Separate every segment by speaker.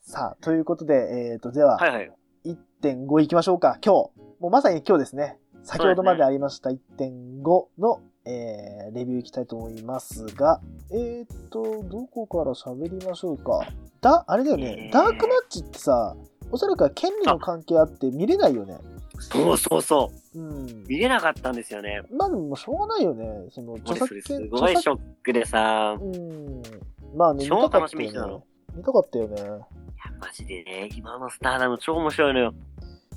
Speaker 1: さあ、ということで、えっ、と、では、
Speaker 2: はいはい。
Speaker 1: 1.5いきましょうか。今日。もうまさに今日ですね。先ほどまでありました1.5の、えーレビューいきたいと思いますが、えー、っと、どこから喋りましょうか。だ、あれだよね
Speaker 2: え。ー
Speaker 1: ダークマッチってさ、おそらくは権利の関係あって見れないよね。
Speaker 2: そうそうそう。
Speaker 1: うん。
Speaker 2: 見れなかったんですよね。
Speaker 1: まあでもしょうがないよね。その、著
Speaker 2: 俺そ
Speaker 1: 作
Speaker 2: れす
Speaker 1: 権、
Speaker 2: ごい
Speaker 1: 著
Speaker 2: ショックでさ、
Speaker 1: 作うん。まあね、見た
Speaker 2: 超
Speaker 1: かっ
Speaker 2: 楽したみにして
Speaker 1: よ
Speaker 2: た
Speaker 1: ね
Speaker 2: の。
Speaker 1: 見たかったよね。
Speaker 2: マジでね、今のスターダム超面白いのよ。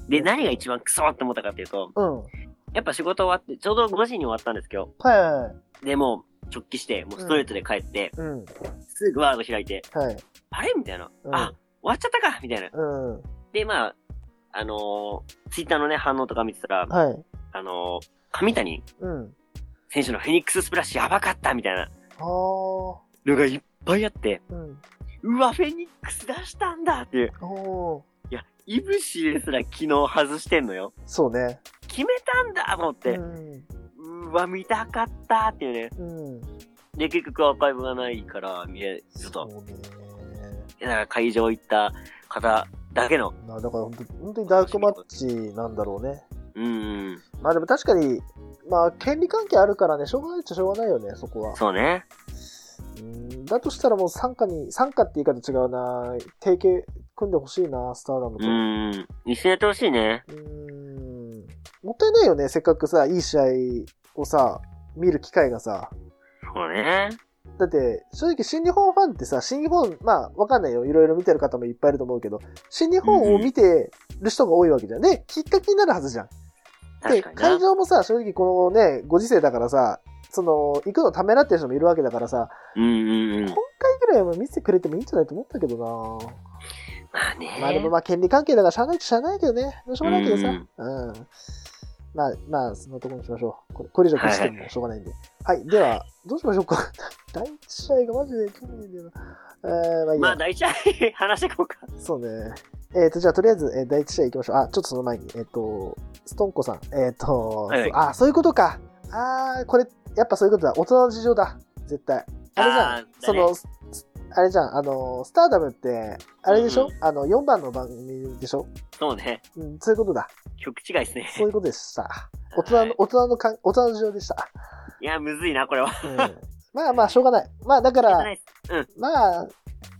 Speaker 2: で、何が一番クソって思ったかっていうと、
Speaker 1: うん。はい
Speaker 2: やっぱ仕事終わって、ちょうど5時に終わったんですけど、
Speaker 1: はいはい。
Speaker 2: でもう直帰して、もうストレートで帰って、
Speaker 1: うん。
Speaker 2: すぐワード開いて、
Speaker 1: はい。
Speaker 2: あれみたいな。
Speaker 1: うん
Speaker 2: あ、終わっちゃったかみたいな。
Speaker 1: うん。
Speaker 2: で、まあ、あのー、ツイッターのね、反応とか見てたら、
Speaker 1: はい。
Speaker 2: あのー、上谷
Speaker 1: うん。
Speaker 2: 選手のフェニックススプラッシュやばかったみたいな
Speaker 1: あ
Speaker 2: のがいっぱいあって、
Speaker 1: あ。うん。
Speaker 2: うわ、フェニックス出したんだっていう。
Speaker 1: おー
Speaker 2: いや、イブシですら昨日外してんのよ。
Speaker 1: そうね。
Speaker 2: 決めたんだと思って、
Speaker 1: うん。
Speaker 2: うわ、見たかったっていうね。
Speaker 1: うん。
Speaker 2: で、結局アーカイブがないから、見え、ずっ
Speaker 1: そう
Speaker 2: と、
Speaker 1: ね。
Speaker 2: だから会場行った方だけの、
Speaker 1: まあだから本当本当にダークマッチなんだろうね。
Speaker 2: うん、
Speaker 1: まあでも確かに、まあ権利関係あるからね、しょうがないっちゃしょうがないよね、そこは。
Speaker 2: そうね。
Speaker 1: うんだとしたらもう参加に、参加って言い方違うな提携組んでほしいな、スターダム
Speaker 2: う
Speaker 1: と。
Speaker 2: ん、一緒にやってほしいね。
Speaker 1: うん。もったいないよね、せっかくさ、いい試合をさ、見る機会がさ。
Speaker 2: そうね。
Speaker 1: だって、正直新日本ファンってさ、新日本、まあ、わかんないよ。いろいろ見てる方もいっぱいいると思うけど、新日本を見てる人が多いわけじゃん。ね、きっかけになるはずじゃん。で、
Speaker 2: 確かに
Speaker 1: 会
Speaker 2: な。
Speaker 1: 場もさ、正直このね、ご時世だからさ、その、行くのためらってる人もいるわけだからさ、
Speaker 2: うんうんうん
Speaker 1: 今。回ぐらいは見せてくれてもいいんじゃないと思ったけどな
Speaker 2: まあね。
Speaker 1: まあでもまあ、権利関係だからしゃあないっちゃしゃあないけどね。どうしようもないけどさ。
Speaker 2: うん
Speaker 1: うん。まあ、まあ、そのとこにしましょう。これ、これ以上消してもしょうがないんで。はい、では、どうしましょうか。 第一試合がマジで興味ないんだよな。えー、まあいいや。
Speaker 2: まあ、大体話していこうか。
Speaker 1: そうね。えっ、と、じゃあ、とりあえず、えー第一試合行きましょう。あ、ちょっとその前に、えっ、と、ストンコさん。えっ、と、
Speaker 2: はいはい
Speaker 1: あ、そういうことか。あー、これ、やっぱそういうことだ。大人の事情だ。絶対。あれじゃん。
Speaker 2: あーだね
Speaker 1: その、すあれじゃん。あの、スターダムって、あれでしょ、
Speaker 2: うん
Speaker 1: あの、4番の番組でしょ
Speaker 2: そうね。
Speaker 1: うん、そういうことだ。
Speaker 2: 曲違いですね。
Speaker 1: そういうことでした。大人
Speaker 2: は
Speaker 1: の
Speaker 2: い、
Speaker 1: 大人のかん、大人の事情でした。
Speaker 2: いや、むずいな、これは。し
Speaker 1: うん、まあまあ、しょうがない。まあ、だか
Speaker 2: ょうがな
Speaker 1: ら
Speaker 2: い、っす
Speaker 1: まあ、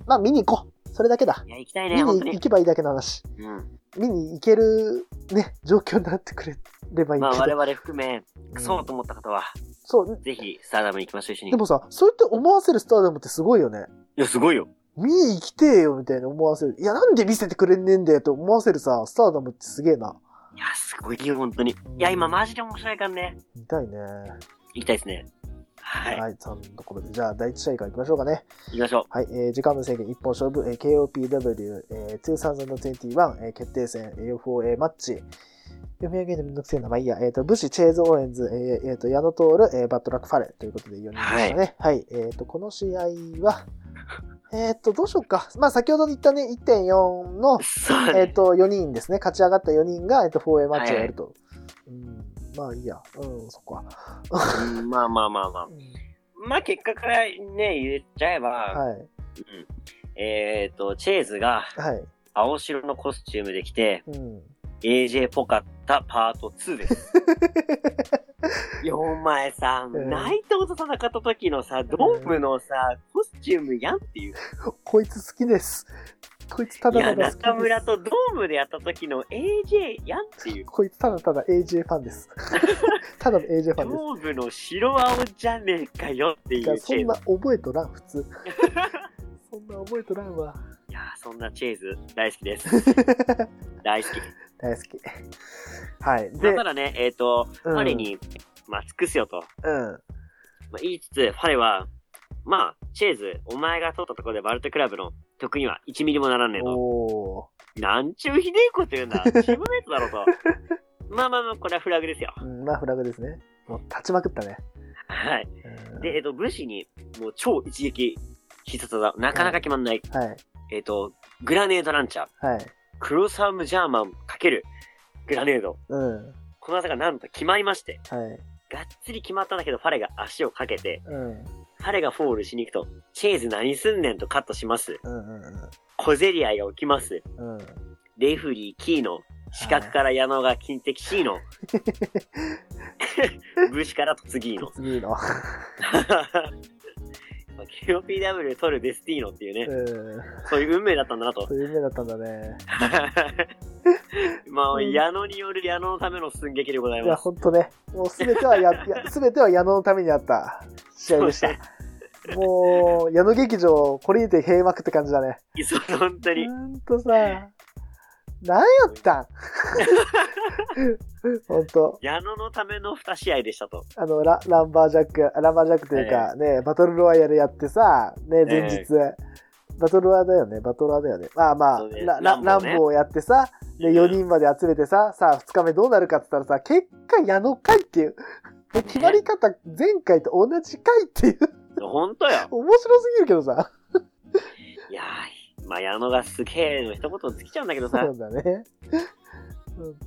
Speaker 1: まあ、見に行こう。それだけだ。
Speaker 2: いや、行きた
Speaker 1: 見
Speaker 2: い
Speaker 1: に
Speaker 2: ね、本当
Speaker 1: 行
Speaker 2: に。
Speaker 1: けばいいだけの話。
Speaker 2: うん。
Speaker 1: 見に行ける、ね、状況になってくれればいい
Speaker 2: まあ、
Speaker 1: け
Speaker 2: 我
Speaker 1: ど。
Speaker 2: 々含め、
Speaker 1: うん
Speaker 2: クソと思った方は、
Speaker 1: そう。
Speaker 2: ぜひ、スターダムに行きましょう、一緒に。
Speaker 1: でもさ、そうやって思わせるスターダムってすごいよね。
Speaker 2: いや、すごいよ。
Speaker 1: 見に行きてえよみたいな思わせる。いや、なんで見せてくれんねんだよと思わせるさ、スターダムってすげえな。
Speaker 2: いや、すごいよ、本当に。いや、今、マジで面白いからね。
Speaker 1: 見たいね。
Speaker 2: 行きたいですね。はい。
Speaker 1: はい、そのところで。じゃあ、第一試合から行きましょうかね。
Speaker 2: 行きましょ
Speaker 1: はい、えー時間無制限一本勝負、えー KOPW2021、えー2021えー決定戦 UFOA マッチ。読み上げるのめんどくせえな、まあいいや。えっ、と、武士、チェーズ・オーエンズ、えーえーと、矢野徹、えーバットラック・ファレということで4人でしたね。はい。えっ、と、この試合は、 えっ、と、どうしようか。まあ、先ほど言ったね、1.4の
Speaker 2: う。、そう
Speaker 1: えっ、
Speaker 2: ね。
Speaker 1: と、4人ですね。勝ち上がった4人が、えっ、と、4A マッチをやると。うん、まあいいや。うん、そこは。
Speaker 2: うんまあまあまあまあ。まあ、結果からね、言っちゃえば、
Speaker 1: はい。
Speaker 2: えっ、と、チェーズが
Speaker 1: はい。
Speaker 2: 青白のコスチュームで来て、
Speaker 1: うん。
Speaker 2: AJ ポカったパート2です。 いや、お前さ、
Speaker 1: うん
Speaker 2: 内藤と戦った時のさ、ドームのさ、コスチュームやんっていう。
Speaker 1: こいつ好きです。こいつた
Speaker 2: い
Speaker 1: だ
Speaker 2: や、
Speaker 1: ただ好きです。
Speaker 2: 中村とドームでやった時の AJ やんっていう。
Speaker 1: こいつただただ AJ ファン です。ただの AJ フ
Speaker 2: ド
Speaker 1: ァンで
Speaker 2: ームの白青じゃねえかよって
Speaker 1: す。
Speaker 2: い
Speaker 1: いや
Speaker 2: う
Speaker 1: そ
Speaker 2: チェ
Speaker 1: ん
Speaker 2: ーズ。
Speaker 1: な覚えとらん、普 通。そんな覚えとらんわ。
Speaker 2: いや、そんなチェーズ大好きです。 大好き。
Speaker 1: 大好き。はい。
Speaker 2: まあ
Speaker 1: で
Speaker 2: た、だね、えっ、と、
Speaker 1: う
Speaker 2: ファレ
Speaker 1: ん。
Speaker 2: に、まあ、尽くすよと。
Speaker 1: うん。
Speaker 2: まあ、言いつつ、ファレは、まあ、チェーズ、お前が取ったところでバルトクラブの得には1ミリもならんねえと。
Speaker 1: お
Speaker 2: なんちゅうひでえこと言う んだ。チームメイトだろうと。まあまあまあ、これはフラグですよ。
Speaker 1: ー。うん、まあ、フラグですね。もう立ちまくったね。
Speaker 2: はい。
Speaker 1: うん
Speaker 2: で、えっと、武士に、もう超一撃必殺技。なかなか決まんない。
Speaker 1: はい。
Speaker 2: えっと、グラネードランチャー。
Speaker 1: はい。
Speaker 2: クロサムジャーマン×グラネード。
Speaker 1: うん。
Speaker 2: この技がなんと決まりまして。
Speaker 1: はい。
Speaker 2: がっつり決まったんだけど、ファレが足をかけて、
Speaker 1: うん。
Speaker 2: 彼がフォールしに行くと、チェーズ何すんねんとカットします。
Speaker 1: うんうん
Speaker 2: 小競り合いが起きます。
Speaker 1: うん。うん。
Speaker 2: レフリー、キーノ。視角から矢野が金的シ ーノ。武士から突撃の。
Speaker 1: 次の。
Speaker 2: KOPW 取るデスティーノっていうね、
Speaker 1: うん。
Speaker 2: そういう運命だったんだなと
Speaker 1: そ。ういう夢だったんだね。
Speaker 2: ま
Speaker 1: う
Speaker 2: あ、
Speaker 1: ん
Speaker 2: 矢野による矢野のための寸劇でござい
Speaker 1: いや、
Speaker 2: ます。
Speaker 1: ほんとね。もうすべては や、やすべては矢野のためにあった試合でした
Speaker 2: そう。
Speaker 1: もう、矢野劇場、これにて閉幕って感じだね。
Speaker 2: いやそう本当に。
Speaker 1: ほんとさ、なんやったん ほんと。
Speaker 2: 矢野のための2試合でしたと。
Speaker 1: あのラ、ランバージャック、あランバージャックというか、ね、バトルロワイヤルやってさ、ね、前日、バトルロワイヤルだよね、バトルロワイヤルだよね。まあまあ、
Speaker 2: そうね
Speaker 1: ラララ
Speaker 2: ラ
Speaker 1: ン
Speaker 2: ン
Speaker 1: ボ
Speaker 2: ボー
Speaker 1: ー
Speaker 2: ね
Speaker 1: やってさ、で、4人まで集めてさ、さあ、2日目どうなるかって言ったらさ、結果矢野会って いう、で決まり方前回と同じ回っていう、
Speaker 2: 本当よ。
Speaker 1: 面白すぎるけどさ、
Speaker 2: いやーまあ、矢野がすげえの一言尽きちゃうんだけど
Speaker 1: そ
Speaker 2: さ、
Speaker 1: うだね。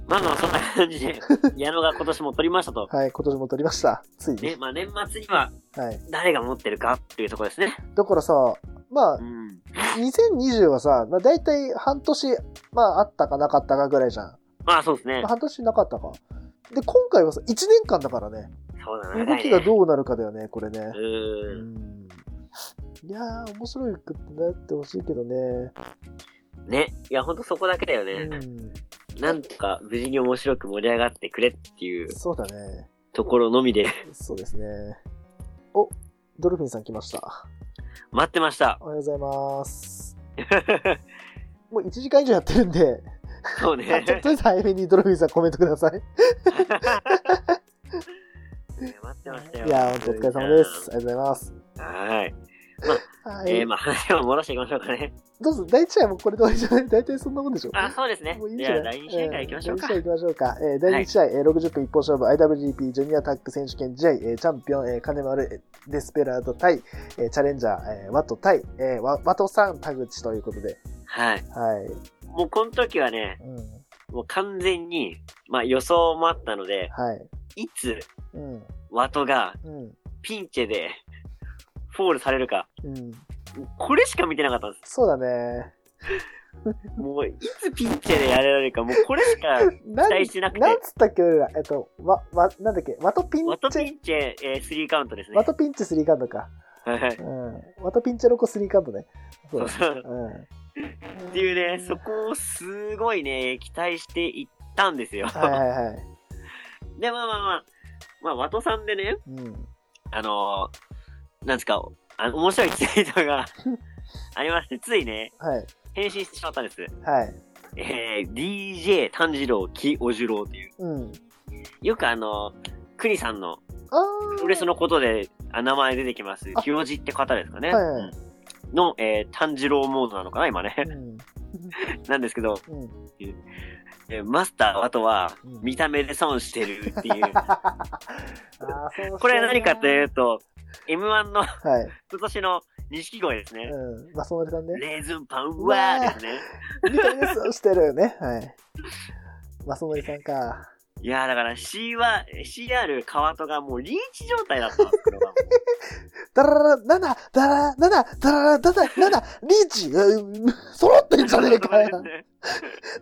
Speaker 2: まあまあ、そんな感じ で、矢野が今年も取りましたと。
Speaker 1: はい、今年も取りました、ついに。
Speaker 2: ね、まあ、年末には
Speaker 1: はい。
Speaker 2: 誰が持ってるかっていうところですね。
Speaker 1: だからさ、ま あ
Speaker 2: う、ん。
Speaker 1: 2020はさ、まあ、大体半年、まあ、あったかなかったかぐらいじゃん。
Speaker 2: まあ、そうですね
Speaker 1: まあ。半年なかったか。で、今回はさ、1年間だからね、
Speaker 2: そうだな。
Speaker 1: 動
Speaker 2: 長い
Speaker 1: き
Speaker 2: ね
Speaker 1: がどうなるかだよね、これね
Speaker 2: う。
Speaker 1: う
Speaker 2: ーん。
Speaker 1: ん。いやー、面白いくなってほしいけどね。
Speaker 2: ね。いや、ほんとそこだけだよ
Speaker 1: う
Speaker 2: ね。
Speaker 1: ん。
Speaker 2: なんとか無事に面白く盛り上がってくれっていう
Speaker 1: そうだね。
Speaker 2: ところのみで
Speaker 1: そうですね。お、ドルフィンさん来ました。
Speaker 2: 待ってました。
Speaker 1: おはようござい ます。もう1時間以上やってるんで、
Speaker 2: そう
Speaker 1: あ
Speaker 2: ね。
Speaker 1: ちょっとりあえず早めにドルフィンさんコメントください。
Speaker 2: いや待ってましたよ。
Speaker 1: いやー、ほんとお疲れ様です。ありがとうございます。
Speaker 2: はい。
Speaker 1: はい。
Speaker 2: えー、まあ話を戻していきましょうかね。
Speaker 1: どうぞ、第1試合もこれで終わりじゃない大体そんなもんでしょ
Speaker 2: あ、そうですね
Speaker 1: もうい。いん
Speaker 2: じ
Speaker 1: じゃ
Speaker 2: ゃ
Speaker 1: な
Speaker 2: あ、
Speaker 1: い
Speaker 2: 第2試合からいきましょうか。
Speaker 1: えー第2試合行きましょうか。えー第2試合、えー60分一本勝負、IWGP ジュニアタッグ選手権試合、えーチャンピオン、えー金丸、えーデスペラード対、えーチャレンジャー、えーワト対、えーワワトさん、田口ということで。
Speaker 2: はい。
Speaker 1: はい。
Speaker 2: もうこの時はね、
Speaker 1: うん。
Speaker 2: もう完全に、まあ予想もあったので、
Speaker 1: はい。
Speaker 2: いつ、
Speaker 1: うん。
Speaker 2: ワトが
Speaker 1: うん。
Speaker 2: ピンチェで、フォールされるか。
Speaker 1: うん。
Speaker 2: これしか見てなかったんです。
Speaker 1: そうだ ね。
Speaker 2: もう、いつピンチェでやられるか、もうこれしか、
Speaker 1: なん、
Speaker 2: 期待してなくて
Speaker 1: なんつったっけ、俺ら。えっと、わ、わ、なんだっけ、ワトピン
Speaker 2: ワト
Speaker 1: チ
Speaker 2: ピ
Speaker 1: ェ、
Speaker 2: ンチェ、えー、3カウントですね。
Speaker 1: ワトピンチスリーカウントか。
Speaker 2: はい。
Speaker 1: うん。ワトピンチェロコスリーカウントね。そうだ。
Speaker 2: そう
Speaker 1: うん。
Speaker 2: っていうね、そこをすごいね、期待していったんですよ。
Speaker 1: はいはいはい。
Speaker 2: で、まあまあまあ、まあ、ワトさんでね、
Speaker 1: うん。
Speaker 2: あのー、なんですか、あの面白いツイー トがありまして、ついね、
Speaker 1: はい。
Speaker 2: 返信してしまったんです。
Speaker 1: はい。
Speaker 2: えー、DJ 炭治郎、木おじろうという。
Speaker 1: うん。
Speaker 2: よくあのー、国さんの、
Speaker 1: あー
Speaker 2: 俺そのことで、あ名前出てきます
Speaker 1: あ、
Speaker 2: 清治って方ですかね。
Speaker 1: はいはいはい
Speaker 2: うんの、えー、炭治郎モードなのかな、今ね。
Speaker 1: うん。
Speaker 2: なんですけど、
Speaker 1: うん。
Speaker 2: えーマスターあとは
Speaker 1: うん、
Speaker 2: 見た目で損してるっ ていう。
Speaker 1: あーそうそう
Speaker 2: これは何かというと、M1 の
Speaker 1: はい。
Speaker 2: 今年の錦鯉ですね。
Speaker 1: うん。まあ、そのりさんね。
Speaker 2: レーズンパンはですね。
Speaker 1: 見た目ですをしてるよね。はい。まあ、そのりさんか。
Speaker 2: いやーだから C は、CR 川戸がもうリーチ状態だった んですけど、
Speaker 1: だららら、なな、だらら、なな、だらら、だら、なな、リーチ、うん揃ってんじゃねえかよ。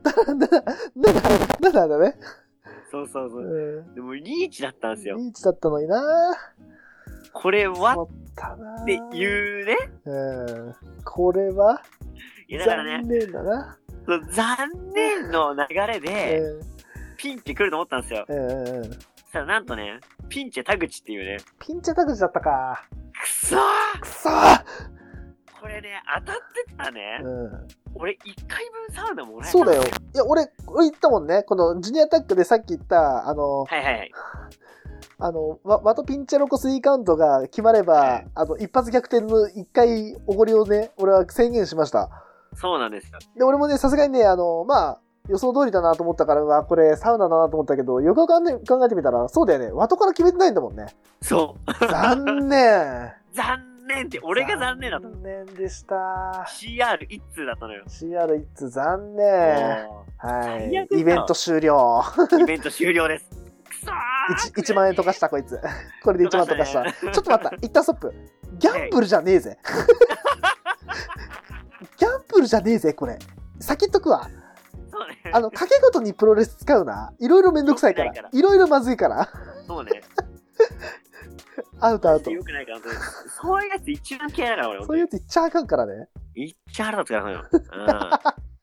Speaker 1: だらら、なな、なな、ななだね。
Speaker 2: そうそう
Speaker 1: う
Speaker 2: そう。
Speaker 1: ん。
Speaker 2: でもリーチだったんですよ。
Speaker 1: リーチだったのにな
Speaker 2: これは
Speaker 1: そうだな
Speaker 2: っていうね。
Speaker 1: うん。これは、
Speaker 2: いやだから
Speaker 1: 残
Speaker 2: ね、
Speaker 1: 念だな。
Speaker 2: そう残念の流れで、
Speaker 1: うん
Speaker 2: ピンチ来ると思ったんですよ。
Speaker 1: うんうんうん。
Speaker 2: そしたらなんとね、ピンチ田口っていうね、
Speaker 1: ピンチャタグジだったか。
Speaker 2: くそー
Speaker 1: くそー
Speaker 2: これね、当たってたね。
Speaker 1: うん
Speaker 2: 俺一回分サウナもらえた。
Speaker 1: そうだよ。。いや、俺、俺言ったもんね。このジュニアタックでさっき言った、あの、
Speaker 2: はいはいはい。
Speaker 1: あの、ワワトピンチェロコスリーカウントが決まれば、あの、一発逆転の一回おごりをね、俺は宣言しました。
Speaker 2: そうなんですよ。
Speaker 1: で、俺もね、さすがにね、あの、まあ、予想通りだなと思ったから、うわ、これサウナだなと思ったけど、よくよく考え考えてみたら、そうだよね。ワトから決めてないんだもん ね。
Speaker 2: そう。
Speaker 1: 残念。
Speaker 2: 残念って、俺が残念だった。
Speaker 1: 残念でした。
Speaker 2: CR 一通だったのよ。
Speaker 1: CR1 つ残念。
Speaker 2: もう
Speaker 1: は
Speaker 2: 最悪だ
Speaker 1: い。イベント終了。
Speaker 2: イベント終了です。くそー
Speaker 1: 一一万円溶かしたこいつこれで1万円溶かしたちょっと待った一旦ストップギャンブルじゃねえ ぜ。ギャンブルじゃねえぜ、これ。先言っとくわ。
Speaker 2: そうね。
Speaker 1: あの、賭け事にプロレス使うな。いろいろめんどくさいから
Speaker 2: 良くない。から
Speaker 1: いろいろまずいから。
Speaker 2: そうね。
Speaker 1: アウトアウト。
Speaker 2: よくないから、本当にそういうやつ一番嫌いだから、俺。
Speaker 1: そういうやつ言っちゃあかんからね。
Speaker 2: いっちゃ腹立つから、そういうの。うん。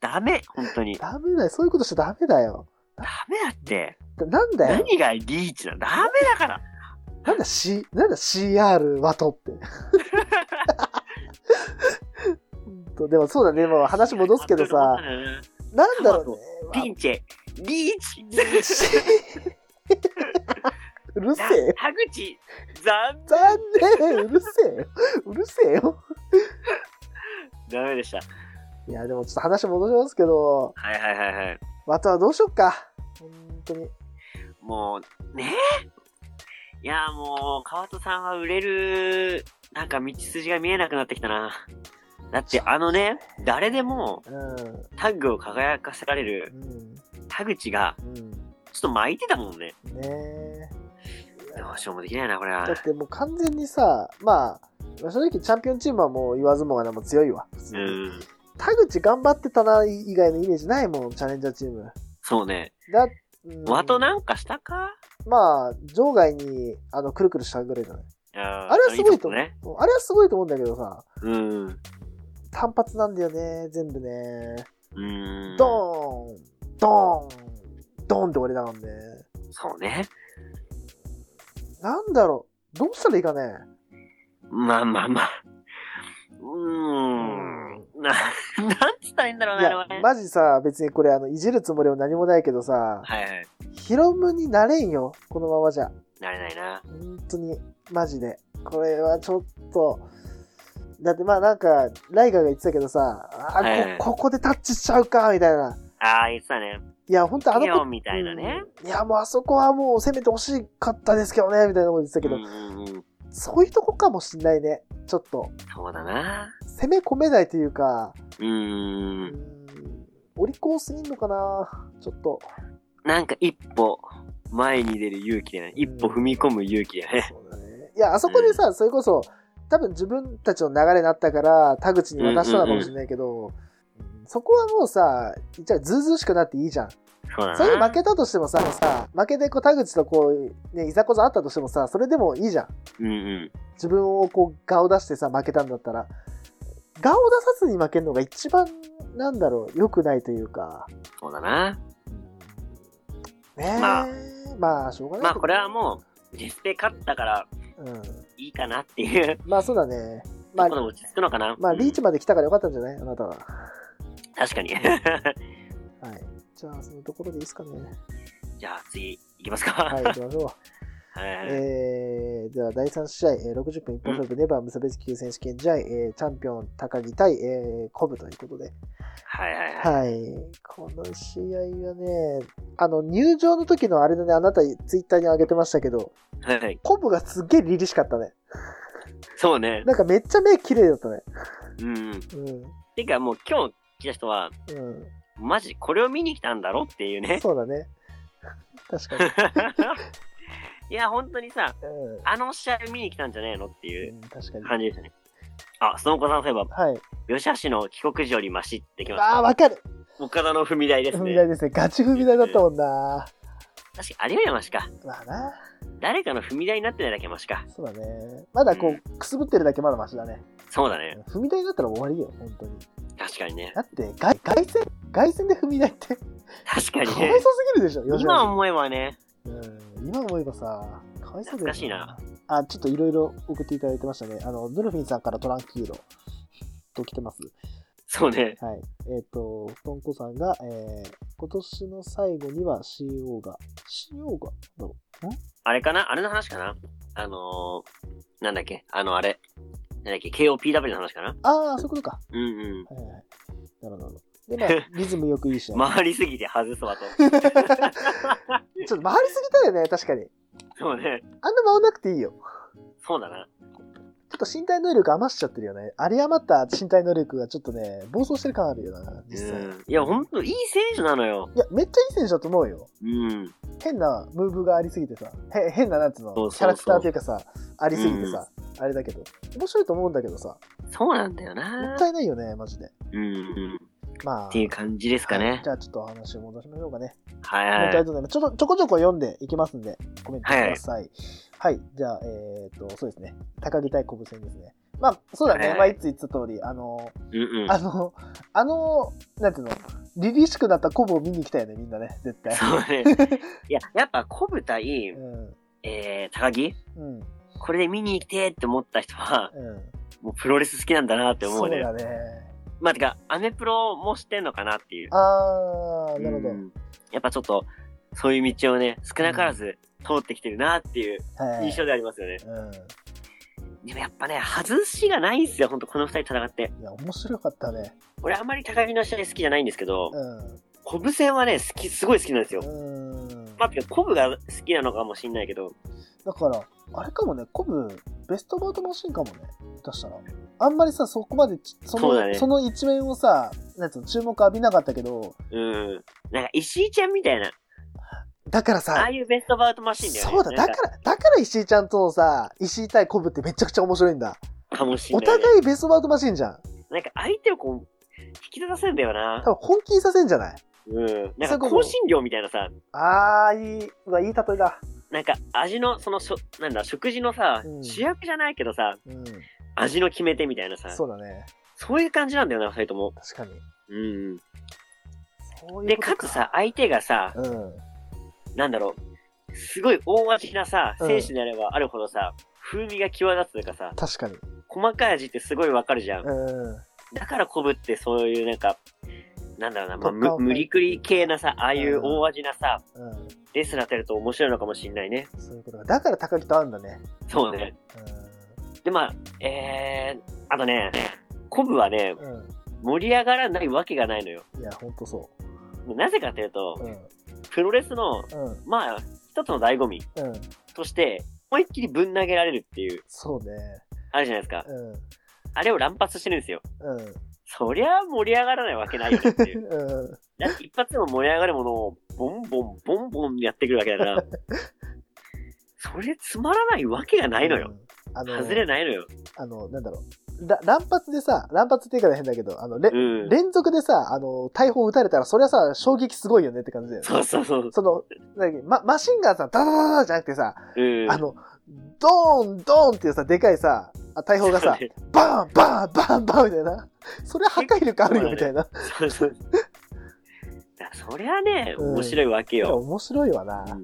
Speaker 2: ダメ、本当に。ダ
Speaker 1: ダメだよ。そういうことしちゃダメだよ。
Speaker 2: メだって。
Speaker 1: だなんだよ。
Speaker 2: 何がリーチなのダメだから。
Speaker 1: なんだ C、なんだ CR ワト って。 うんとでもそうだね、もう話戻すけどさ、なんだろう
Speaker 2: ピ
Speaker 1: ね。
Speaker 2: ンチェ、リーチ。
Speaker 1: うるせえよ。
Speaker 2: 田口、残
Speaker 1: 残念うるせえよ。うるせえよ。
Speaker 2: 念。ダメでした。
Speaker 1: いや、でもちょっと話戻しますけど、
Speaker 2: はいはいはいはい。
Speaker 1: ワトはどうしよっか。本当に。
Speaker 2: もう、ねえいや、もう、川戸さんは売れる、なんか道筋が見えなくなってきたな。だって、あのね、誰でも
Speaker 1: うん。
Speaker 2: タッグを輝かせられる
Speaker 1: うん。
Speaker 2: 田口が、
Speaker 1: うん。
Speaker 2: ちょっと巻いてたもんね。
Speaker 1: ねえ。
Speaker 2: どうしようもできないな、これは
Speaker 1: だ。ってもう完全にさ、まあ、正直チャンピオンチームはもう言わずもがなもう強いわ。普通
Speaker 2: う
Speaker 1: に
Speaker 2: ん。
Speaker 1: 田口頑張ってたな以外のイメージないもん、チャレンジャーチーム。
Speaker 2: そうね。
Speaker 1: だ、うん
Speaker 2: ワトなんかしたか
Speaker 1: まあ、場外に、あの、くるくるしたぐらいじゃない。
Speaker 2: あ
Speaker 1: あれはすごいと
Speaker 2: こ
Speaker 1: 思う。
Speaker 2: ね。
Speaker 1: うんあれはすごいと思うんだけどさ、
Speaker 2: うん。
Speaker 1: 単発なんだよね、全部ね。
Speaker 2: うん。
Speaker 1: ドーン、ドーン、ドーンって終わりだもんね。
Speaker 2: そうね。
Speaker 1: なんだろう、どうしたらいいかね。
Speaker 2: まあまあまあ。うーん。 な、なんつったらいいんだろう
Speaker 1: い
Speaker 2: な、あれ
Speaker 1: や
Speaker 2: はね。、
Speaker 1: マジさ、別にこれ、あの、いじるつもりも何もないけどさ、
Speaker 2: はいはい。
Speaker 1: ヒロムになれんよ、このままじゃ。
Speaker 2: なれないな。
Speaker 1: 本当に、マジで。これはちょっと、だってまあなんか、ライガーが言ってたけどさ、あー、
Speaker 2: はい
Speaker 1: こ、ここでタッチしちゃうか、みたいな。
Speaker 2: ああ、言ってたね。
Speaker 1: いや、本当あの
Speaker 2: ピ
Speaker 1: 子
Speaker 2: オンみたいなね。
Speaker 1: うんいや、もうあそこはもう攻めてほしかったですけどね、みたいなこと言ってたけど、
Speaker 2: うんうんうん。
Speaker 1: そういうとこかもしんないね。ちょっと、
Speaker 2: そうだな。
Speaker 1: 攻め込めないというか、
Speaker 2: う
Speaker 1: う
Speaker 2: ー。
Speaker 1: んん、お利口すぎんのかな、ちょっと。
Speaker 2: なんか一歩前に出る勇気だね。一歩踏み込む勇気だね。
Speaker 1: そうだね。いや、あそこでさ、それこそ、多分自分たちの流れになったから、田口に渡したのかもしれないけど、うんそこはもうさ、じゃあ、ずうずうしくなっていいじゃん。
Speaker 2: そうだな。
Speaker 1: それで負けたとしてもさ、さ負けでこう田口とこう、ね、いざこざあったとしてもさ、それでもいいじゃん。
Speaker 2: うんうん。
Speaker 1: 自分をこう、顔出してさ、負けたんだったら。顔を出さずに負けるのが一番、なんだろう、良くないというか。
Speaker 2: そうだな。
Speaker 1: ねえ。
Speaker 2: ま
Speaker 1: ま
Speaker 2: あ
Speaker 1: あ、しょうがない
Speaker 2: まあ
Speaker 1: けど
Speaker 2: これはもう、実ペ勝ったから
Speaker 1: うん。
Speaker 2: いいかなっていう。
Speaker 1: まあ、そうだね。ま
Speaker 2: ま
Speaker 1: あ
Speaker 2: あ、こ、の落ち着くのかな。
Speaker 1: まあ、リーチ
Speaker 2: うん
Speaker 1: まで来たからよかったんじゃないあなたは。
Speaker 2: 確かに。
Speaker 1: はい。じゃあ、そのところでいいですかね。
Speaker 2: じゃあ次、行きますか。
Speaker 1: はい、行きましょう。
Speaker 2: はいはい。
Speaker 1: えー、では、第3試合、えー60分一本勝負、ネバー無差別級選手権試合、えーチャンピオン、高木対、えー、コブということで。
Speaker 2: はいはいはい。
Speaker 1: はい。この試合はね、あの、入場の時のあれだね、あなた、ツイッターに上げてましたけど、
Speaker 2: はいはい。
Speaker 1: コブがすっげえ凛々しかったね。
Speaker 2: そうね。
Speaker 1: なんかめっちゃ目綺麗だったね。
Speaker 2: うんうん。
Speaker 1: う
Speaker 2: てかもう今日来た人は、
Speaker 1: ん。うん。
Speaker 2: マジこれを見に来たんだろっていうね。
Speaker 1: そうだね。確 かに。
Speaker 2: いや、本当にさ、
Speaker 1: うん
Speaker 2: あの試合見に来たんじゃねえのっていう
Speaker 1: うん。確かに。
Speaker 2: 感じでしたね。あ、その子さんそういえば、
Speaker 1: はい。
Speaker 2: 吉橋の帰国時よりマシってきまし
Speaker 1: ああ、わかる。
Speaker 2: た。岡田の踏み台です
Speaker 1: 踏
Speaker 2: ね
Speaker 1: み。台ですね。ガチ踏み台だったもんな。
Speaker 2: 確か、有山しか。
Speaker 1: まあな。
Speaker 2: 誰かの踏み台になってないだけマシか。
Speaker 1: そうだね。まだこう、くすぶってるだけまだマシだね。
Speaker 2: そうだね。
Speaker 1: 踏み台だったら終わりよ、本当に。
Speaker 2: 確かにね。
Speaker 1: だって、外外線、外線で踏み台って、か
Speaker 2: 確か
Speaker 1: わい
Speaker 2: に
Speaker 1: そう
Speaker 2: ね。
Speaker 1: すぎるでしょ、吉
Speaker 2: 今
Speaker 1: 野
Speaker 2: 思えばね、
Speaker 1: うん、今思えばさ、かわいそうだよ
Speaker 2: 懐かしいな。
Speaker 1: あ、ちょっといろいろ送っていただいてましたね。あの、ドルフィンさんからトランキーロと来てます。
Speaker 2: そうね。
Speaker 1: はい。えっ、と、布団子さんが、えー、今年の最後には CO が、CO が、どう
Speaker 2: あれかなあれの話かなあのー、なんだっけあの、あれ。なんだっけ ?KOPW の話かな
Speaker 1: ああ、そういうことか。
Speaker 2: うんうん。
Speaker 1: はいはいはい。なるほどなるほど。で、ま あ、リズムよくいいし、
Speaker 2: 回りすぎて外すわ と。
Speaker 1: ちょっと回りすぎたよね、確かに。
Speaker 2: そうね。
Speaker 1: あんな回んなくていいよ。
Speaker 2: そうだな。
Speaker 1: ちょっと身体能力余しちゃってるよね。有り余った身体能力がちょっとね、暴走してる感あるよな、
Speaker 2: う
Speaker 1: 実際。
Speaker 2: ん。いや、ほんと、いい選手なのよ。
Speaker 1: いや、めっちゃいい選手だと思うよ。
Speaker 2: うん。
Speaker 1: 変なムーブがありすぎてさ、へ変ななんつう
Speaker 2: そ
Speaker 1: の、
Speaker 2: うそうそう
Speaker 1: キャラクターというかさ、ありすぎてさ、あれだけど。面白いと思うんだけどさ、
Speaker 2: そうなんだよ
Speaker 1: も
Speaker 2: な
Speaker 1: っ。たいないよね、マジで。
Speaker 2: うんうん。
Speaker 1: まあ。
Speaker 2: っていう感じですか
Speaker 1: はい
Speaker 2: ね
Speaker 1: じ。ゃあちょっとお話を戻しましょうかね。
Speaker 2: は
Speaker 1: もう
Speaker 2: い
Speaker 1: 一
Speaker 2: は
Speaker 1: 回ありがと
Speaker 2: い。
Speaker 1: うございますちょっとちょこちょこ読んでいきますんで、コメントください。はい、じゃあ、えっ、と、そうですね。高木対小布戦ですね。まあ、そうだね。
Speaker 2: はい
Speaker 1: まあ、いつ言った通り、あの、
Speaker 2: うんうん。
Speaker 1: あの、あの、なんていうの、凛々しくなったコブを見に来たよね、みんなね、絶対。
Speaker 2: そう ね。いや、やっぱ、小舞台
Speaker 1: う、ん。
Speaker 2: えー、高木
Speaker 1: うん。うん。
Speaker 2: これで見に行きてーって思った 人は、もうプロレス好きなんだなって思
Speaker 1: そうう
Speaker 2: ね。
Speaker 1: だね。
Speaker 2: まあ、てか、アメプロもしてんのかなっていう。
Speaker 1: あー、なるほ
Speaker 2: うんやっぱちょっと、そういう道をね、少なからず通ってきてるなっていう
Speaker 1: ど。はい。
Speaker 2: 印象でありますよね。
Speaker 1: う
Speaker 2: でもやっぱね、外しがないんですよ、ほんと、この二人戦って。
Speaker 1: ん。いや、面白かったね。
Speaker 2: 俺あんまり高木の試合好きじゃないんですけど、
Speaker 1: うん。
Speaker 2: コブ戦はね、好き、すごい好きなんですよ。
Speaker 1: うん。
Speaker 2: まあ、てか、コブが好きなのかもしんないけど、
Speaker 1: だから、あれかもね、コブ、ベストバウトマシンかもね、下手したら。あんまりさ、そこまでち、その、
Speaker 2: そう
Speaker 1: そ
Speaker 2: だね
Speaker 1: の一面をさ、なんつうの、注目浴びなかったけど、
Speaker 2: うん。なんか、石井ちゃんみたいな、
Speaker 1: だから
Speaker 2: あ
Speaker 1: さ
Speaker 2: あ、いうベストバウトマシンだよね。
Speaker 1: そうだ、だ
Speaker 2: なん
Speaker 1: から、だから石井ちゃんとのさ、石井対コブってめちゃくちゃ面白いんだ。
Speaker 2: か。かもしん
Speaker 1: お
Speaker 2: ない、ね。
Speaker 1: 互いベストバウトマシンじゃん。
Speaker 2: なんか、相手をこう、引き立たせんだよな。
Speaker 1: 多分本気にさせんじゃない
Speaker 2: うん。なん
Speaker 1: そ
Speaker 2: か、
Speaker 1: こも
Speaker 2: 香辛料みたいなさ、
Speaker 1: あー、いい、うわ、いい例えだ。
Speaker 2: なんか、味の、そのしょ、なんだ、食事のさ、
Speaker 1: うん
Speaker 2: 主役じゃないけどさ、
Speaker 1: うん。
Speaker 2: 味の決め手みたいなさ、
Speaker 1: そうだね。
Speaker 2: そういう感じなんだよな、二人とも。
Speaker 1: 確かに。
Speaker 2: うん。
Speaker 1: そうい
Speaker 2: で、
Speaker 1: うこと
Speaker 2: かつさ、相手がさ、
Speaker 1: うん。
Speaker 2: なんだろう、すごい大味なさ、
Speaker 1: うん
Speaker 2: 選手になればあるほどさ、風味が際立つというかさ、
Speaker 1: 確かに。
Speaker 2: 細かい味ってすごいわかるじゃん。
Speaker 1: うん。
Speaker 2: だから昆布ってそういうなんか、なんだろうな、まあ、
Speaker 1: 特化を
Speaker 2: む無理くり系なさ、ああいう大味なさ、
Speaker 1: うん。
Speaker 2: レスラーてると面白いのかもしんないね。
Speaker 1: そういうことだ。だから高木と合うんだね。
Speaker 2: そうね。
Speaker 1: う
Speaker 2: で、まあ、えー、あとね、昆布はね、
Speaker 1: ん。うん。
Speaker 2: 盛り上がらないわけがないのよ。
Speaker 1: いや、ほんとそ
Speaker 2: なぜかというと
Speaker 1: う。、うん。
Speaker 2: プロレス
Speaker 1: う
Speaker 2: の、
Speaker 1: ん。
Speaker 2: まあ、一つの醍醐味
Speaker 1: うん。
Speaker 2: として、思いっきりぶん投げられるっていう、
Speaker 1: そうね。
Speaker 2: あるじゃないですか。
Speaker 1: うん。
Speaker 2: あれを乱発してるんですよ。
Speaker 1: うん。
Speaker 2: そりゃ盛り上がらないわけないよねっていう。
Speaker 1: うん。
Speaker 2: だって一発でも盛り上がるものを、ボンボン、ボンボンやってくるわけ だから。それつまらないわけがないのよ。
Speaker 1: うん。あの、
Speaker 2: 外れないのよ。
Speaker 1: あの、なんだろう。ら乱発でさ、乱発って言い方変だけど、あの、れ
Speaker 2: うん。
Speaker 1: 連続でさ、あの、大砲撃たれたら、そりゃさ、衝撃すごいよねって感じだよね。
Speaker 2: そうそうそう。
Speaker 1: その、なにま、マシンガンさ、ダダダダダじゃなくてさ、
Speaker 2: うん。
Speaker 1: あの、ドーン、ドーンっていうさ、でかいさ、あ大砲がさ、バーン、バーン、バーン、バーンみたいな。それ破壊力あるよ、みたいな。
Speaker 2: そうそう。だからそりゃね、面白いわけ
Speaker 1: いや
Speaker 2: よ。
Speaker 1: 面白いわな。
Speaker 2: うん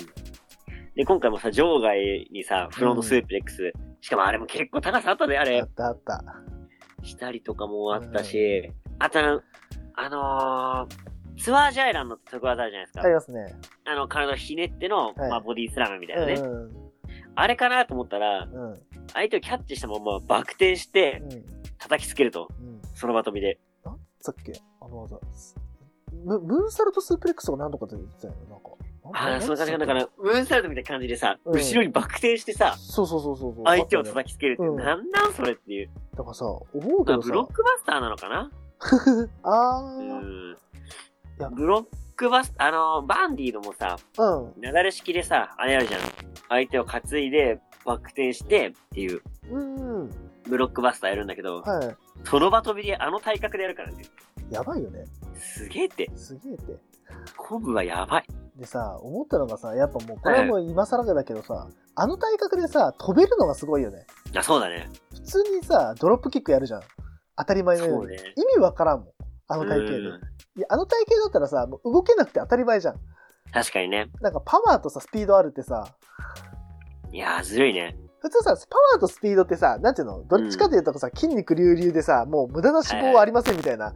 Speaker 2: で、今回もさ、場外にさ、フロントスープレックス、しかもあれも結構高さあったで、あ
Speaker 1: あ
Speaker 2: れ
Speaker 1: っ。たあった。
Speaker 2: したりとかもあったし、あとな、あのー、ツアージャイランの特技あるじゃないですか
Speaker 1: あ。りますね。
Speaker 2: あの、体をひねって
Speaker 1: は
Speaker 2: の、
Speaker 1: い
Speaker 2: まあ、ボディスラムみたいなね。
Speaker 1: うん。
Speaker 2: あれかなと思ったら、
Speaker 1: うん。
Speaker 2: 相手をキャッチしたままバク転して、
Speaker 1: うん。
Speaker 2: 叩きつけると。
Speaker 1: うん。
Speaker 2: その場飛びで。
Speaker 1: さっき、あの技。ムムーンサルトスープレックスを何とかって言ってたよね、なんか。
Speaker 2: ああ、そ
Speaker 1: の
Speaker 2: の感じが、だから、ムーンサルトみたいな感じでさ、
Speaker 1: うん
Speaker 2: 後ろにバク転してさ、
Speaker 1: そうそうそうそうそう。
Speaker 2: 相手を
Speaker 1: だ
Speaker 2: 叩きつけるって、
Speaker 1: うん
Speaker 2: なんなんそれっていう。
Speaker 1: からさ、思うけど
Speaker 2: まあ、ブロ
Speaker 1: さ
Speaker 2: ッ。クバスターなのかな
Speaker 1: あ
Speaker 2: う
Speaker 1: ー、
Speaker 2: ん
Speaker 1: いや。
Speaker 2: ブロックバス、あの、バンディードもさ、
Speaker 1: うん。
Speaker 2: 流れ式でさ、あれあるじゃん。相手を担いで、バク転してっていう、
Speaker 1: うん。
Speaker 2: ブロックバスターやるんだけど、
Speaker 1: は
Speaker 2: その場飛びであの体格でやるからね。
Speaker 1: い。やばいよね。
Speaker 2: すげえって。
Speaker 1: すげえって。
Speaker 2: コブはやばい。
Speaker 1: でさ、思ったのがさ、やっぱもう、これはもう今更だけどさ、あの体格でさ、飛べるのがすごいよね。
Speaker 2: あ、そうだね。
Speaker 1: 普通にさ、ドロップキックやるじゃん。当たり前のよ
Speaker 2: そうう
Speaker 1: に。
Speaker 2: ね。
Speaker 1: 意味わからんもん。あの体型で。
Speaker 2: うん
Speaker 1: いや、あの体型だったらさ、もう動けなくて当たり前じゃん。
Speaker 2: 確かにね。
Speaker 1: なんかパワーとさ、スピードあるってさ、
Speaker 2: いやー、ずるいね。
Speaker 1: 普通さ、パワーとスピードってさ、なんていうのどっちかというとさ、筋肉隆々でさ、もう無駄な脂肪はありませんみたいな。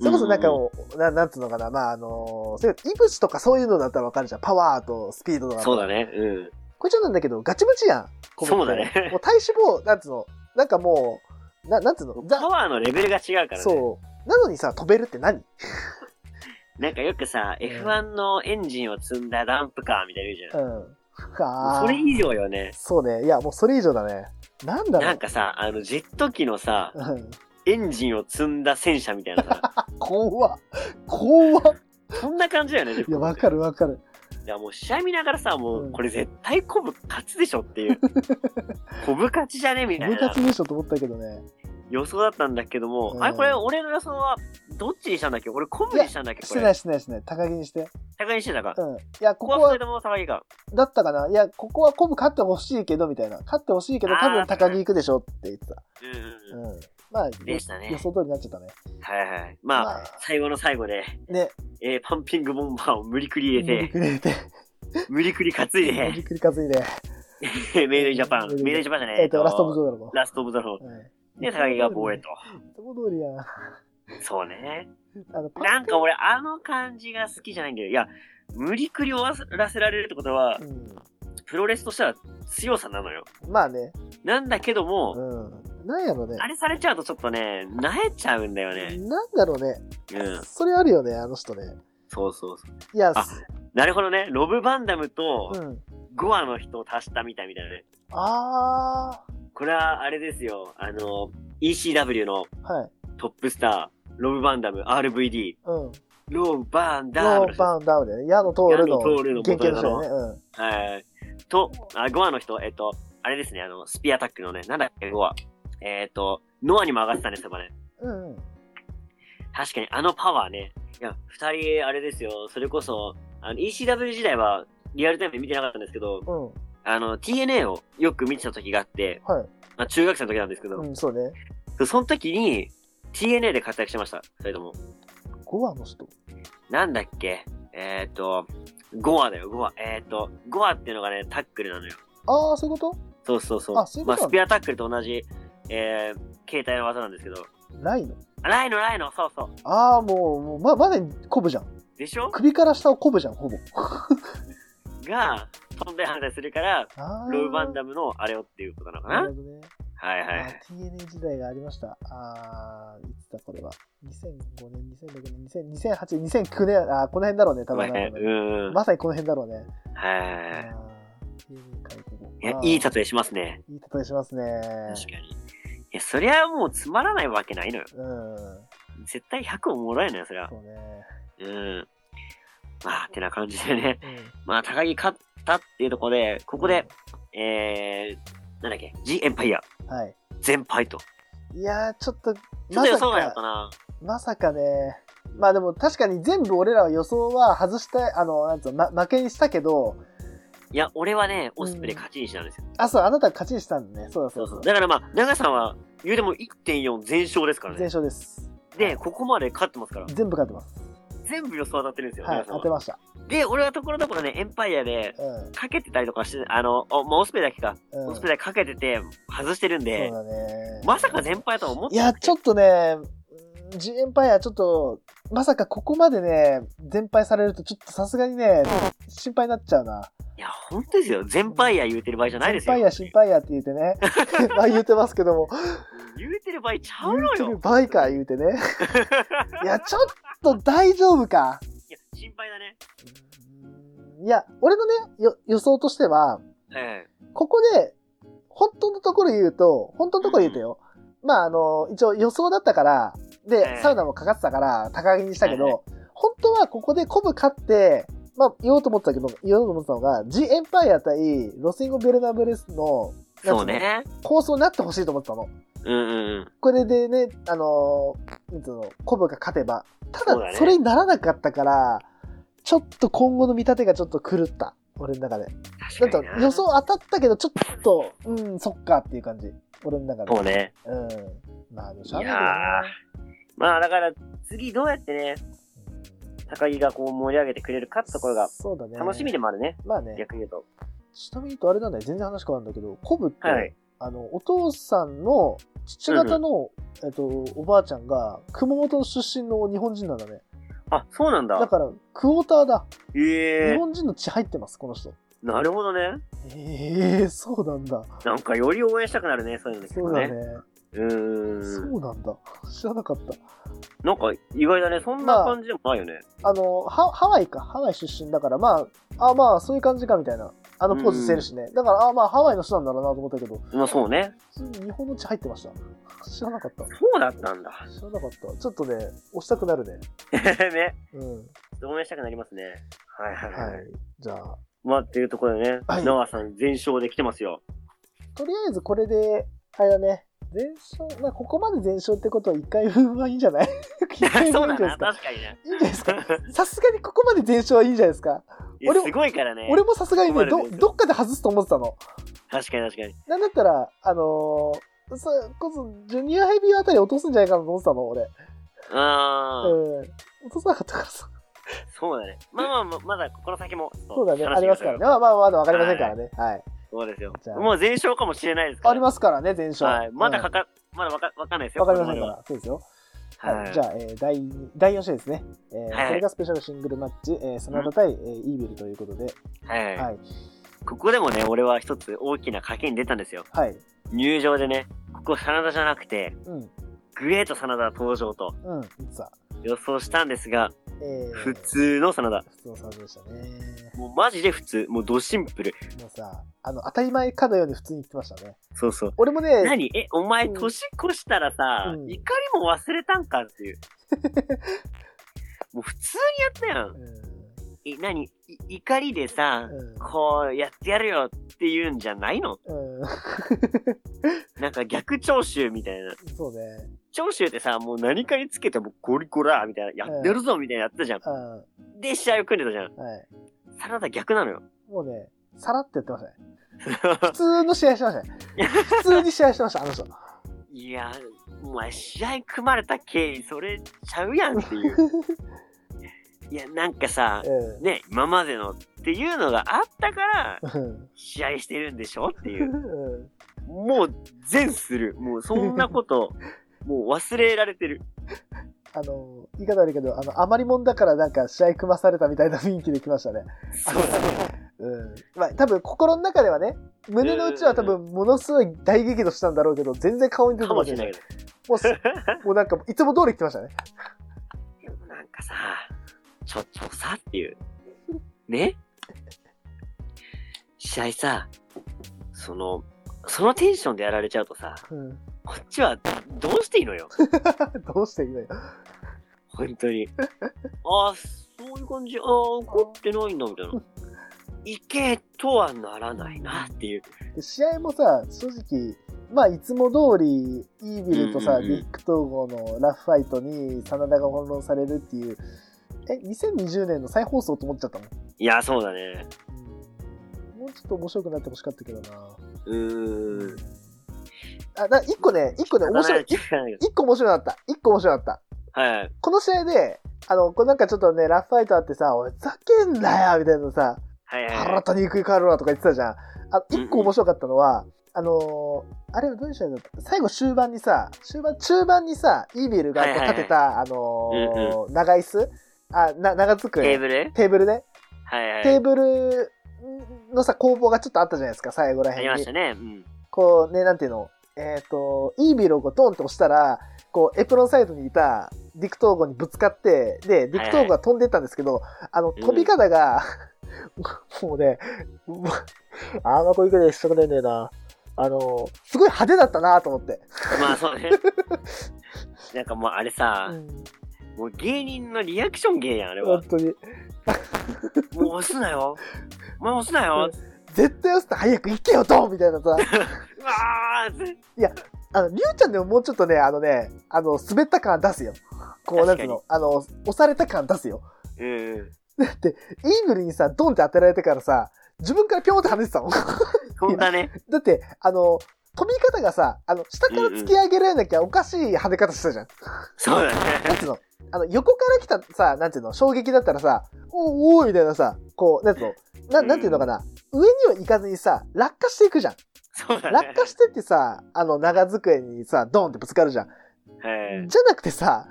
Speaker 1: それこそなんかもう、ななんつうのかな、まああのー、そういう、イブシとかそういうのだったらわかるじゃん。パワーとスピードとか。
Speaker 2: そうだね。うん。
Speaker 1: これちょっとなんだけど、ガチムチやん。ここ
Speaker 2: そうだね
Speaker 1: もう体脂肪、なんつうの、なんかもう、ななんつうの、
Speaker 2: パ
Speaker 1: だ
Speaker 2: ワーのレベルが違うからね。
Speaker 1: そう。なのにさ、飛べるって何
Speaker 2: なんかよくさ、F1 のエンジンを積んだダンプカーみたいなの言うじ
Speaker 1: う
Speaker 2: ゃん。
Speaker 1: ん。か
Speaker 2: それ以上よね。
Speaker 1: そうね。いや、もうそれ以上だね。なんだろ
Speaker 2: なん
Speaker 1: う。
Speaker 2: かさ、あの、ジェット機のさ、
Speaker 1: うん。
Speaker 2: エンジンを積んだ戦車み たいなさ、
Speaker 1: 怖っ怖っ
Speaker 2: そんな感じだよね。
Speaker 1: いや、わか
Speaker 2: る。
Speaker 1: るわかる。
Speaker 2: や、もう試合見ながらさ、も
Speaker 1: うん
Speaker 2: う、これ絶対コブ勝つでしょっ ていう。コブ勝ちじゃねみたい
Speaker 1: 部
Speaker 2: な
Speaker 1: 活でしょと思ったけどね。
Speaker 2: 予想だったんだけども、
Speaker 1: うん
Speaker 2: あれこれ、俺の予想は、どっちにしたんだっけ俺、コブにしたんだっけ
Speaker 1: し
Speaker 2: こ
Speaker 1: てな
Speaker 2: れ。
Speaker 1: いしてないしてない。高木にして。
Speaker 2: 高木にしてたか。
Speaker 1: うん。いや、こ
Speaker 2: こ
Speaker 1: こ
Speaker 2: こは
Speaker 1: は
Speaker 2: 二人、とも騒ぎか。
Speaker 1: だったかな。いや、ここはコブ勝ってほしいけど、みたいな。勝ってほしいけど、
Speaker 2: あー
Speaker 1: 多分高木行くでしょって言ってた。
Speaker 2: うんうんうん。
Speaker 1: うん。まあ、よ
Speaker 2: でしたね
Speaker 1: 予想通りになっちゃったね。
Speaker 2: はいはい。まあ、
Speaker 1: まあ
Speaker 2: 最後の最後で、
Speaker 1: ね。
Speaker 2: えーパンピングボンバーを無理くり入
Speaker 1: 無
Speaker 2: れ
Speaker 1: 理
Speaker 2: て、
Speaker 1: くり入れて。
Speaker 2: 無理くり担い
Speaker 1: 無理
Speaker 2: で、
Speaker 1: くり担いで。
Speaker 2: メイドインジャパン、メイドインジャパンじゃね
Speaker 1: えっと、ラストオブジ
Speaker 2: ョ
Speaker 1: ョーダの。
Speaker 2: ラストオブザロー。
Speaker 1: うん
Speaker 2: で、高木が防衛と。。
Speaker 1: いつも通りやん。
Speaker 2: そうね。
Speaker 1: あの、パン
Speaker 2: なんか俺、あの感じが好きじゃないんだよ。いや、無理くり終わらせられるってことは
Speaker 1: う、ん。
Speaker 2: プロレスとしては強さなのよ。
Speaker 1: まあね。
Speaker 2: なんだけども、
Speaker 1: うん。なんやろね
Speaker 2: あ。れされちゃうとちょっとね、なえちゃうんだよね。
Speaker 1: なんだろうね。
Speaker 2: うん。
Speaker 1: それあるよね、あの人ね。
Speaker 2: そうそうそう。
Speaker 1: いや、
Speaker 2: あなるほどね。ロブ・バンダムと
Speaker 1: うん。
Speaker 2: ゴアの人を足したみたいみたいなね。
Speaker 1: あ
Speaker 2: これはあれですよ。あの、ECW の
Speaker 1: ー。はい。
Speaker 2: トップスター、ロブ・バンダム、RVD、
Speaker 1: うん。
Speaker 2: ロブ・バンダ
Speaker 1: ロ
Speaker 2: ムの
Speaker 1: ー
Speaker 2: 人。
Speaker 1: バンダウンだよね。矢野通るの
Speaker 2: 矢野徹
Speaker 1: 原
Speaker 2: の
Speaker 1: 型の人だよね。
Speaker 2: はい。と、あ、ゴアの人、えっと、あれですね、あの、スピアタックのね、なんだっけ、ゴア。えっと、ノアにも上がってたんですよ、これ。
Speaker 1: うん。うんうん。
Speaker 2: 確かに、あのパワーね。いや、二人、あれですよ、それこそ、あの、ECW 時代は、リアルタイムで見てなかったんですけど、
Speaker 1: うん。
Speaker 2: あの、TNA をよく見てた時があって、
Speaker 1: はい。
Speaker 2: まあ、中学生の時なんですけど、
Speaker 1: うん、そうね。
Speaker 2: その時に、TNA で活躍してました、二人とも。
Speaker 1: ゴアの人。
Speaker 2: なんだっけえっ、ー、と、ゴアだよ、ゴア。えっ、ー、と、ゴアっていうのがね、タックルなのよ。
Speaker 1: あー、そういうこと
Speaker 2: そうそうそう。
Speaker 1: あそういうこ
Speaker 2: まあ、
Speaker 1: とな
Speaker 2: ス
Speaker 1: んだ
Speaker 2: ピアタックルと同じ、えー、携帯の技なんですけど。
Speaker 1: ないの
Speaker 2: あライノ、ライノ、そうそう。
Speaker 1: あー、もう、もうま、まだにコブじゃん。
Speaker 2: でしょ
Speaker 1: 首から下をコブじゃん、ほぼ。
Speaker 2: が、飛んで反対するから、
Speaker 1: あー
Speaker 2: ロブ・バンダムのあれをっていうことなのか
Speaker 1: な
Speaker 2: な
Speaker 1: るほどね。
Speaker 2: はいは
Speaker 1: あ
Speaker 2: い。
Speaker 1: ー TNA 時代がありました。あー、いつだこれは。2005年、2006年、2000 2008、2009年、あー、この辺だろうね、多
Speaker 2: ごめ
Speaker 1: 分
Speaker 2: んね。うんうん。は
Speaker 1: まさにこの辺だろうね。
Speaker 2: いはいは
Speaker 1: あー TNA 界ここ
Speaker 2: い。いや
Speaker 1: あー
Speaker 2: いい例えしますね。
Speaker 1: いい例えしますね。
Speaker 2: 確かに。いや、そりゃもうつまらないわけないのよ。
Speaker 1: うん。
Speaker 2: 絶対100おもろいのよ、そりゃ。
Speaker 1: そうね。
Speaker 2: うん。まあ、てな感じでね。
Speaker 1: うん
Speaker 2: まあ、高木勝ったっていうところで、ここで、、えー、なんだっけ、ジ・エンパイア、
Speaker 1: はい。
Speaker 2: 全敗と。
Speaker 1: いやー、ちょっと、
Speaker 2: ちょっと予想外だったな。
Speaker 1: まさかね、まあでも確かに全部俺らは予想は外した、あの、なんつうの、ま、負けにしたけど、
Speaker 2: いや、俺はね、オスプレイ勝ちにしたんですよ。
Speaker 1: あ、そう、あなたが勝ちにしたんだね。そうだそ
Speaker 2: そうう
Speaker 1: そ
Speaker 2: そうう。。だからまあ、長さんは、言うても1.4全勝ですから
Speaker 1: 全
Speaker 2: ね。
Speaker 1: 勝です。
Speaker 2: で、ここまで勝ってますから。
Speaker 1: 全部勝ってます。
Speaker 2: 全部予想当たってるんですよ、
Speaker 1: はい、当
Speaker 2: 長さ
Speaker 1: て
Speaker 2: んは。
Speaker 1: ました。
Speaker 2: で、俺はところどころね、エンパイアで、
Speaker 1: うん。
Speaker 2: かけてたりとかして、あの、おまあ、オスプレイだけか。
Speaker 1: う
Speaker 2: オ
Speaker 1: ん。
Speaker 2: ス
Speaker 1: そ
Speaker 2: プ
Speaker 1: う
Speaker 2: レイかけてて、外してるんで、
Speaker 1: だね。
Speaker 2: まさか全敗とは思っ
Speaker 1: い
Speaker 2: てな
Speaker 1: や、
Speaker 2: くて
Speaker 1: ちょっとね、ジエンパイアちょっと、まさかここまでね、全敗されると、ちょっとさすがにね、心配になっちゃうな。
Speaker 2: いや、本当ですよ。全敗や言うてる場合じゃないですよ。
Speaker 1: 心配や心配やって言って ね。まあ言うてますけども、
Speaker 2: 言うてる場合ちゃう
Speaker 1: 言
Speaker 2: の
Speaker 1: うてる
Speaker 2: よ。
Speaker 1: 場合か言うてね。い や、ちょっと大丈夫か。
Speaker 2: いや、心配だね。
Speaker 1: いや、俺のね、よ予想としては、
Speaker 2: え
Speaker 1: ここで、本当のところ言うと、本当のところ言うとよ。まあ、あの、一応予想だったから、
Speaker 2: え
Speaker 1: で、
Speaker 2: え
Speaker 1: サウナもかかってたから、高木にしたけ
Speaker 2: え
Speaker 1: ど、本当はここでコブ勝って、まあ、言おうと思ってたけど、言おうと思ってたのが、ジ・エンパイア対ロスインゴ・ベルナブレスの、
Speaker 2: えそうね。
Speaker 1: 構想になってほしいと思ってたの。
Speaker 2: うんうんうん。
Speaker 1: これでね、あのー、なんつうの、コブが勝てば。た
Speaker 2: そうだ
Speaker 1: だ、
Speaker 2: ね
Speaker 1: それにならなかったから、ちょっと今後の見立てがちょっと狂った。俺の中で。ちょ
Speaker 2: 確
Speaker 1: っ
Speaker 2: か
Speaker 1: と
Speaker 2: にな
Speaker 1: 予想当たったけど、ちょっと、うん、そっかっていう感じ。俺の中で。
Speaker 2: そうね。
Speaker 1: うん。まあ、でもしゃ
Speaker 2: い
Speaker 1: あ
Speaker 2: や
Speaker 1: な
Speaker 2: ーまあだから、次どうやってね、
Speaker 1: いけどね
Speaker 2: 高木がこう盛り上げてくれるかってところが、
Speaker 1: そうだね。
Speaker 2: 楽しみで。もあるね。
Speaker 1: まあね。
Speaker 2: 逆に言うと。
Speaker 1: ちなみに言うとあれなんだよ。全然話変わるんだけど、コブって、
Speaker 2: はい
Speaker 1: あの、お父さんの、父方の、えっと、おばあちゃんが、熊本出身の日本人なんだね。
Speaker 2: あ、そうなん
Speaker 1: だ
Speaker 2: だ。
Speaker 1: から、クォーターだ。
Speaker 2: え
Speaker 1: 日
Speaker 2: え
Speaker 1: 本人の血入ってます、この人。
Speaker 2: なるほどね。
Speaker 1: ええそうなんだ。
Speaker 2: なんかより応援したくなるね、そういうの
Speaker 1: そうだね。。
Speaker 2: うーん。
Speaker 1: そうなんだ。知らなかった。
Speaker 2: なんか意外だね。そんな感じでもないよね。
Speaker 1: あの、ハハワイか。ハワイ出身だから、まあ、あまあ、そういう感じか、みたいな。あのポーズしてるしね。だから、あまあ、ハワイの人なんだろうなと思ったけど、
Speaker 2: まあそうね。
Speaker 1: 普通に日本の血入ってました。知らなかった。
Speaker 2: そうだったんだ。
Speaker 1: 知らなかった。ちょっとね、押したくなるね。
Speaker 2: ね。
Speaker 1: うん。
Speaker 2: 応援したくなりますね。はいはいはい。
Speaker 1: はい。じゃあ、
Speaker 2: まあ、っていうところでね、
Speaker 1: はい
Speaker 2: ナワさん全勝できてますよ。
Speaker 1: とりあえずこれで、あれだね、全勝、まあ、ここまで全勝ってことは1回分はいいんじゃ ない一回
Speaker 2: そ
Speaker 1: 分
Speaker 2: う
Speaker 1: いい
Speaker 2: だ
Speaker 1: んじゃないで
Speaker 2: な、
Speaker 1: すか
Speaker 2: 確 かに
Speaker 1: い
Speaker 2: ね。
Speaker 1: いんじゃないですかさすがにここまで全勝はいいんじゃないですか
Speaker 2: いや
Speaker 1: 俺も
Speaker 2: すごいからね。
Speaker 1: 俺もさすがにね
Speaker 2: ここ
Speaker 1: ど
Speaker 2: まで全、勝
Speaker 1: どっかで外すと思ってたの。
Speaker 2: 確かに確かに。
Speaker 1: なんだったら、あのー、それこそ、ジュニアヘビーあたり落とすんじゃないかなと思ってたの、俺。
Speaker 2: あー、
Speaker 1: うん。落とさなかったからさ。
Speaker 2: そうだね。まあまあまあ、まだこの先も。
Speaker 1: そうだね。ありますからね。
Speaker 2: ね。
Speaker 1: まあまあ、まだわかりませんからね。はい。
Speaker 2: そうですよ
Speaker 1: じゃあ。
Speaker 2: もう全勝かもしれないですから。
Speaker 1: ありますからね、全勝。
Speaker 2: はい。まだか
Speaker 1: うん
Speaker 2: か、まだわか、わかんないですよ。
Speaker 1: わかりませんか
Speaker 2: こ
Speaker 1: ら。そうですよ。
Speaker 2: こまでは。
Speaker 1: はい、じゃあ、えー第二第4試合ですね、えー
Speaker 2: はい
Speaker 1: これがスペシャルシングルマッチ、えー、その後対、えーイービルということで、
Speaker 2: はい。はい
Speaker 1: はい、
Speaker 2: ここでもね、俺は一つ大きな賭けに出たんですよ。
Speaker 1: はい、
Speaker 2: 入場でね、ここ真田じゃなくて、
Speaker 1: うん、
Speaker 2: グレート真田登場と
Speaker 1: うん、さあ、
Speaker 2: 予想したんですが、
Speaker 1: えー、
Speaker 2: 普通の真田。
Speaker 1: 普通のサーブでしたね。
Speaker 2: もうマジで普通。もうドシンプル。
Speaker 1: もうさ、あの、当たり前かのように普通に言ってましたね。
Speaker 2: そうそう。
Speaker 1: 俺もね、
Speaker 2: 何え、お前
Speaker 1: うん
Speaker 2: 年越したらさ、
Speaker 1: うん
Speaker 2: 怒りも忘れたんかっていう。 もう普通にやった
Speaker 1: う
Speaker 2: やん。
Speaker 1: ん、
Speaker 2: え、何い怒りでさ、
Speaker 1: うん
Speaker 2: こうやってやるよっていうんじゃないの
Speaker 1: うん、
Speaker 2: なんか逆徴収みたいな。
Speaker 1: そうね、
Speaker 2: 長州ってさ、もう何かにつけてもうゴリゴラーみたいな、やってるぞみたいなやってたじゃん。
Speaker 1: うん、は
Speaker 2: で、試合を組んでたじゃん。サラダ逆なのよ。
Speaker 1: い。もうね、さらってやってましたね。普通の試合してました ね。普通に試合してました、あの人。
Speaker 2: いや、お前試合組まれた経緯、それちゃうやんって いう。いや、なんかさ、
Speaker 1: う
Speaker 2: ね、今までのっていうのがあったから、
Speaker 1: んうん
Speaker 2: 試合してるんでしょって
Speaker 1: う
Speaker 2: いう。
Speaker 1: ん。
Speaker 2: もう、全する。もう、そんな こと、もう忘れられてる。
Speaker 1: あの、言い方悪いけど、あの、余りもんだからなんか試合組まされたみたいな雰囲気で来ましたね。
Speaker 2: そうだね。
Speaker 1: うん。まあ、多分心の中ではね、胸の内は多分ものすごい大激怒したんだろうけど、全然顔に出て
Speaker 2: か
Speaker 1: ま
Speaker 2: も
Speaker 1: せ
Speaker 2: し
Speaker 1: んで
Speaker 2: れな
Speaker 1: し
Speaker 2: い
Speaker 1: た
Speaker 2: けど。
Speaker 1: もうす、もうなんか、いつも通り来てましたね。
Speaker 2: でもなんかさ、ちょ、ちょさっていう。ね試合さ、その、そのテンションでやられちゃうとさ、
Speaker 1: うん。
Speaker 2: こっちはどうしていいのよ。
Speaker 1: どうしていいのよ。
Speaker 2: 本当に。ああ、そういう感じ。ああ、怒ってないんだ、みたいな。いけとはならないな、っていう。
Speaker 1: で試合もさ、正直、まあ、いつも通り、イービルとさ、
Speaker 2: うんうんうん
Speaker 1: ビッグ統合のラフファイトに、真田が翻弄されるっていう、え、2020年の再放送と思っちゃったもん。
Speaker 2: いや、そうだね。
Speaker 1: うんもうちょっと面白くなってほしかったけどな。
Speaker 2: うーん。
Speaker 1: あ、だ一個ね、一個ね、面白い。
Speaker 2: 仕方なけど
Speaker 1: 一個面白かった。一個面白かった。
Speaker 2: はい。
Speaker 1: この試合で、あの、こうなんかちょっとね、ラフファイトあってさ、おい、ふざけんなよみたいなさ、
Speaker 2: はいはい
Speaker 1: 腹
Speaker 2: はい。
Speaker 1: 立に食い変わるわとか言ってたじゃん。あ、
Speaker 2: うんうん
Speaker 1: 一個面白かったのは、あのーあれはどういう試合だった最後終盤にさ、終盤、中盤にさ、イービルがこう
Speaker 2: はいはいはい
Speaker 1: 立てた、あのー長椅子あ、な、長机。
Speaker 2: テーブル
Speaker 1: テーブルね。
Speaker 2: はいはい。
Speaker 1: テーブルのさ、攻防がちょっとあったじゃないですか、最後ら
Speaker 2: あ
Speaker 1: へ
Speaker 2: り
Speaker 1: ん
Speaker 2: ま
Speaker 1: に
Speaker 2: した。ね。 うん。
Speaker 1: こうね、なんていうの、えっ、と、イービルをこうトンって押したら、こう、エプロンサイドにいたディクトーゴにぶつかって、で、ディクトーゴが飛んでったんですけど、あの、
Speaker 2: うん
Speaker 1: 飛び方 が、もうね、うわあんまこういうくらいしたくないんだよな。あの、すごい派手だったなと思って。
Speaker 2: まあそうね。なんかもうあれさ
Speaker 1: う、ん
Speaker 2: もう芸人のリアクション芸やん、あれは
Speaker 1: 本。当に。
Speaker 2: もう押すなよ。お前押すなよ。
Speaker 1: 絶対押すと早く行けよ、ドンみたいな さ。
Speaker 2: うわーって
Speaker 1: あの、りゅうちゃんでももうちょっとね、あのね、あの、滑った感出すよ。こう、なんていうの、あの、押された感出すよ。
Speaker 2: うんうん。
Speaker 1: だって、イーグルにさ、ドンって当てられてからさ、自分からピョンって跳ねて たもん。だ
Speaker 2: 飛んだね。
Speaker 1: って、あの、飛び方がさ、あの、下から突き上げられなきゃおかしい跳ね方してたじゃん。
Speaker 2: そうだ
Speaker 1: な
Speaker 2: ね。
Speaker 1: んていうのあの、横から来たさ、なんていうの衝撃だったらさ、おーおーみたいなさ、こう、なんていうのな、なんていうのかな上には行かずにさ、落下していくじゃん。
Speaker 2: そうだね。
Speaker 1: 落下してってさ、あの、長机にさ、ドンってぶつかるじゃん。
Speaker 2: はい。
Speaker 1: じゃなくてさ、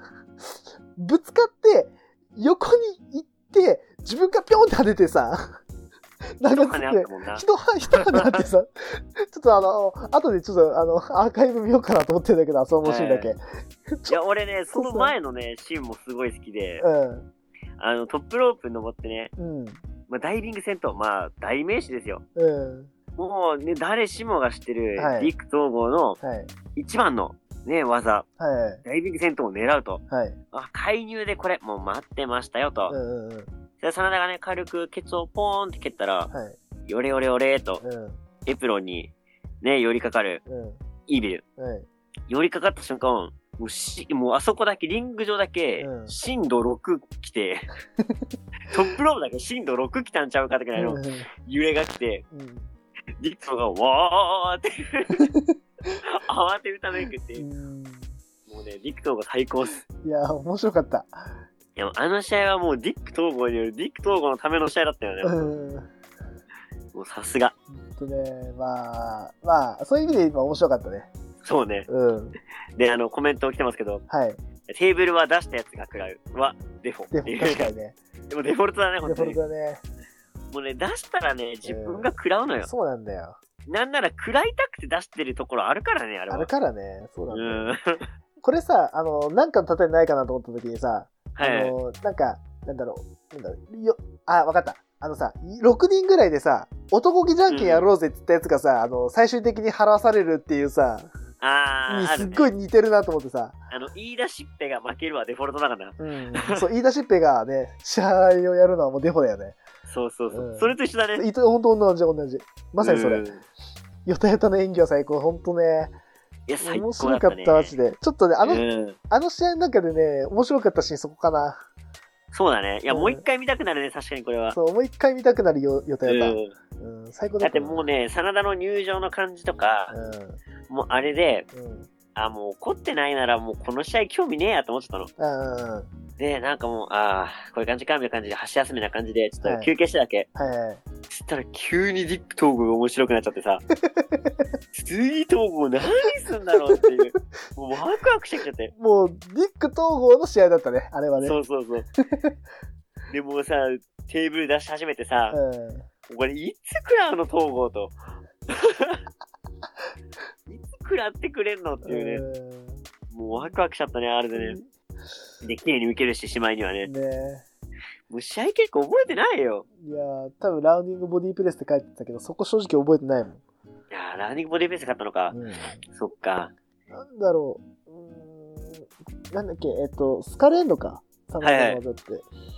Speaker 1: ぶつかって、横に行って、自分がピョンって跳ねてさ、長
Speaker 2: とかねあっ
Speaker 1: 机
Speaker 2: た、もんな。
Speaker 1: 人は、人はなってさ、 ちょっとあの、後でちょっとあの、アーカイブ見ようかなと思ってんだけど、そのシーンだけ。
Speaker 2: いや、俺ね、その前のね、シーンもすごい好きで、あの、トップロープ登ってね、
Speaker 1: うん、うん、
Speaker 2: まあ、ダイビング戦と、まあ、代名詞ですよ。
Speaker 1: う
Speaker 2: もうね、誰しもが知ってる、
Speaker 1: はい
Speaker 2: リック統合の
Speaker 1: ん、はい、
Speaker 2: 一番のね、技、
Speaker 1: はい、
Speaker 2: ダイビング戦闘を狙うと、
Speaker 1: はい、
Speaker 2: あ、介入でこれ、もう待ってましたよと、
Speaker 1: うん、うん、うん
Speaker 2: で、真田がね、軽くケツをポーンって蹴ったら、
Speaker 1: はい。
Speaker 2: よれよれよれと、
Speaker 1: うん。
Speaker 2: エプロンに、ね、寄りかかる、
Speaker 1: う
Speaker 2: イビル。
Speaker 1: ん。はい。
Speaker 2: 寄りかかった瞬間、もうし、もうあそこだけ、リング上だけ
Speaker 1: う、ん
Speaker 2: 震度6 来て、トップロープだけ震度6来たんちゃうかってくらいの
Speaker 1: うん
Speaker 2: 揺れが来て、
Speaker 1: うん
Speaker 2: ディクソンが、わ ーって、慌てるためくって、
Speaker 1: うん
Speaker 2: もうね、ディクトーゴ最高っす。
Speaker 1: いや、面白かった。
Speaker 2: いや、あの試合はもうディック統合によるディック統合のための試合だったよ
Speaker 1: う
Speaker 2: ね。
Speaker 1: ん。ほ
Speaker 2: もうさすが。
Speaker 1: んとね、まあ、まあ、そういう意味で今面白かったね。
Speaker 2: そうね。
Speaker 1: うん。
Speaker 2: で、あの、コメント来てますけど、
Speaker 1: はい。
Speaker 2: テーブルは出したやつが食らうはデフォ
Speaker 1: で
Speaker 2: っ
Speaker 1: も
Speaker 2: てい、
Speaker 1: 確か
Speaker 2: う。
Speaker 1: にね。
Speaker 2: でもデフォルトだね、
Speaker 1: デ
Speaker 2: 本
Speaker 1: フ
Speaker 2: 当
Speaker 1: ォル
Speaker 2: に。
Speaker 1: トね。
Speaker 2: もうね、出したらね、自分が食らうのよ。
Speaker 1: そうなんだよ。
Speaker 2: なんなら食らいたくて出してるところあるからね、あれ
Speaker 1: あ
Speaker 2: は。
Speaker 1: れからね、そうなん
Speaker 2: う
Speaker 1: だよ。
Speaker 2: ん。 はい。
Speaker 1: これさ、あの、なんかの例えないかなと思った時にさ、あ
Speaker 2: はい
Speaker 1: の、なんか、なんだろう、なんだろう、よ、あ、わかった。あのさ、6人ぐらいでさ、男気じゃんけんやろうぜって言ったやつがさ、あの、最終的に払わされるっていうさ、
Speaker 2: あ
Speaker 1: に
Speaker 2: ー、あ
Speaker 1: す
Speaker 2: る
Speaker 1: っ
Speaker 2: ね
Speaker 1: ごい似てるなと思ってさ、
Speaker 2: あの、言い出しっぺが負けるはデフォルトだからな。
Speaker 1: うん、そう、言い出しっぺがね、試合をやるのはもうデフォだよね。
Speaker 2: そうそうそう。
Speaker 1: うん
Speaker 2: それと一緒だね。
Speaker 1: いと本当同じ同じ。まさにそれ。
Speaker 2: うんい
Speaker 1: ヨタヨタの演技は最高、本当ね。
Speaker 2: や、最
Speaker 1: 面
Speaker 2: 高だ
Speaker 1: 白
Speaker 2: っ
Speaker 1: か
Speaker 2: た
Speaker 1: っ
Speaker 2: ね。
Speaker 1: た、マジで。ちょっとね、あの、
Speaker 2: うん。
Speaker 1: あの試合の中でね、面白かったシーンそこかな。
Speaker 2: そうだね。いや、
Speaker 1: うん
Speaker 2: もう一回見たくなるね、確かにこれは。
Speaker 1: そう、もう一回見たくなるよ、ヨタ
Speaker 2: う
Speaker 1: ヨタ。
Speaker 2: ん。
Speaker 1: うん、最高だっ
Speaker 2: だったて
Speaker 1: な。
Speaker 2: もうね、真田の入場の感じとか、もうあれで、
Speaker 1: うん、うん。
Speaker 2: あ、もう怒ってないならもうこの試合興味ねえやと思ってたの。
Speaker 1: うんうん
Speaker 2: で、なんかもう、ああ、こういう感じかみたいな感じで、箸休めな感じで、ちょっ
Speaker 1: は
Speaker 2: と
Speaker 1: い
Speaker 2: 休憩しただけ。
Speaker 1: はいはい。
Speaker 2: そしたら急にディック統合が面白くなっちゃっ てさ、次統合何すんだろうっていう、もうワクワクしてきちゃって。
Speaker 1: もう、ディック統合の試合だったね、あれはね。
Speaker 2: そうそ うそう。でもうさ、テーブル出し始めてさ、
Speaker 1: うん
Speaker 2: これいつ食らうの統合 と。いつ食らってくれんのっていうね。
Speaker 1: う
Speaker 2: もうワクワクしちゃったね、あれでね。で、綺麗に受けるし、しまいにはね
Speaker 1: ん。。ね
Speaker 2: もう試合結構覚えてないよ。
Speaker 1: いやー多分ラウンディングボディープレスって書いてたけど、そこ正直覚えてないもん。
Speaker 2: いやー、ランニングボディベース買ったのか。
Speaker 1: うん
Speaker 2: そっか。
Speaker 1: なんだろう。うーんなんだっけ、えっと、スカレンドか。田中
Speaker 2: はいはい
Speaker 1: の技って、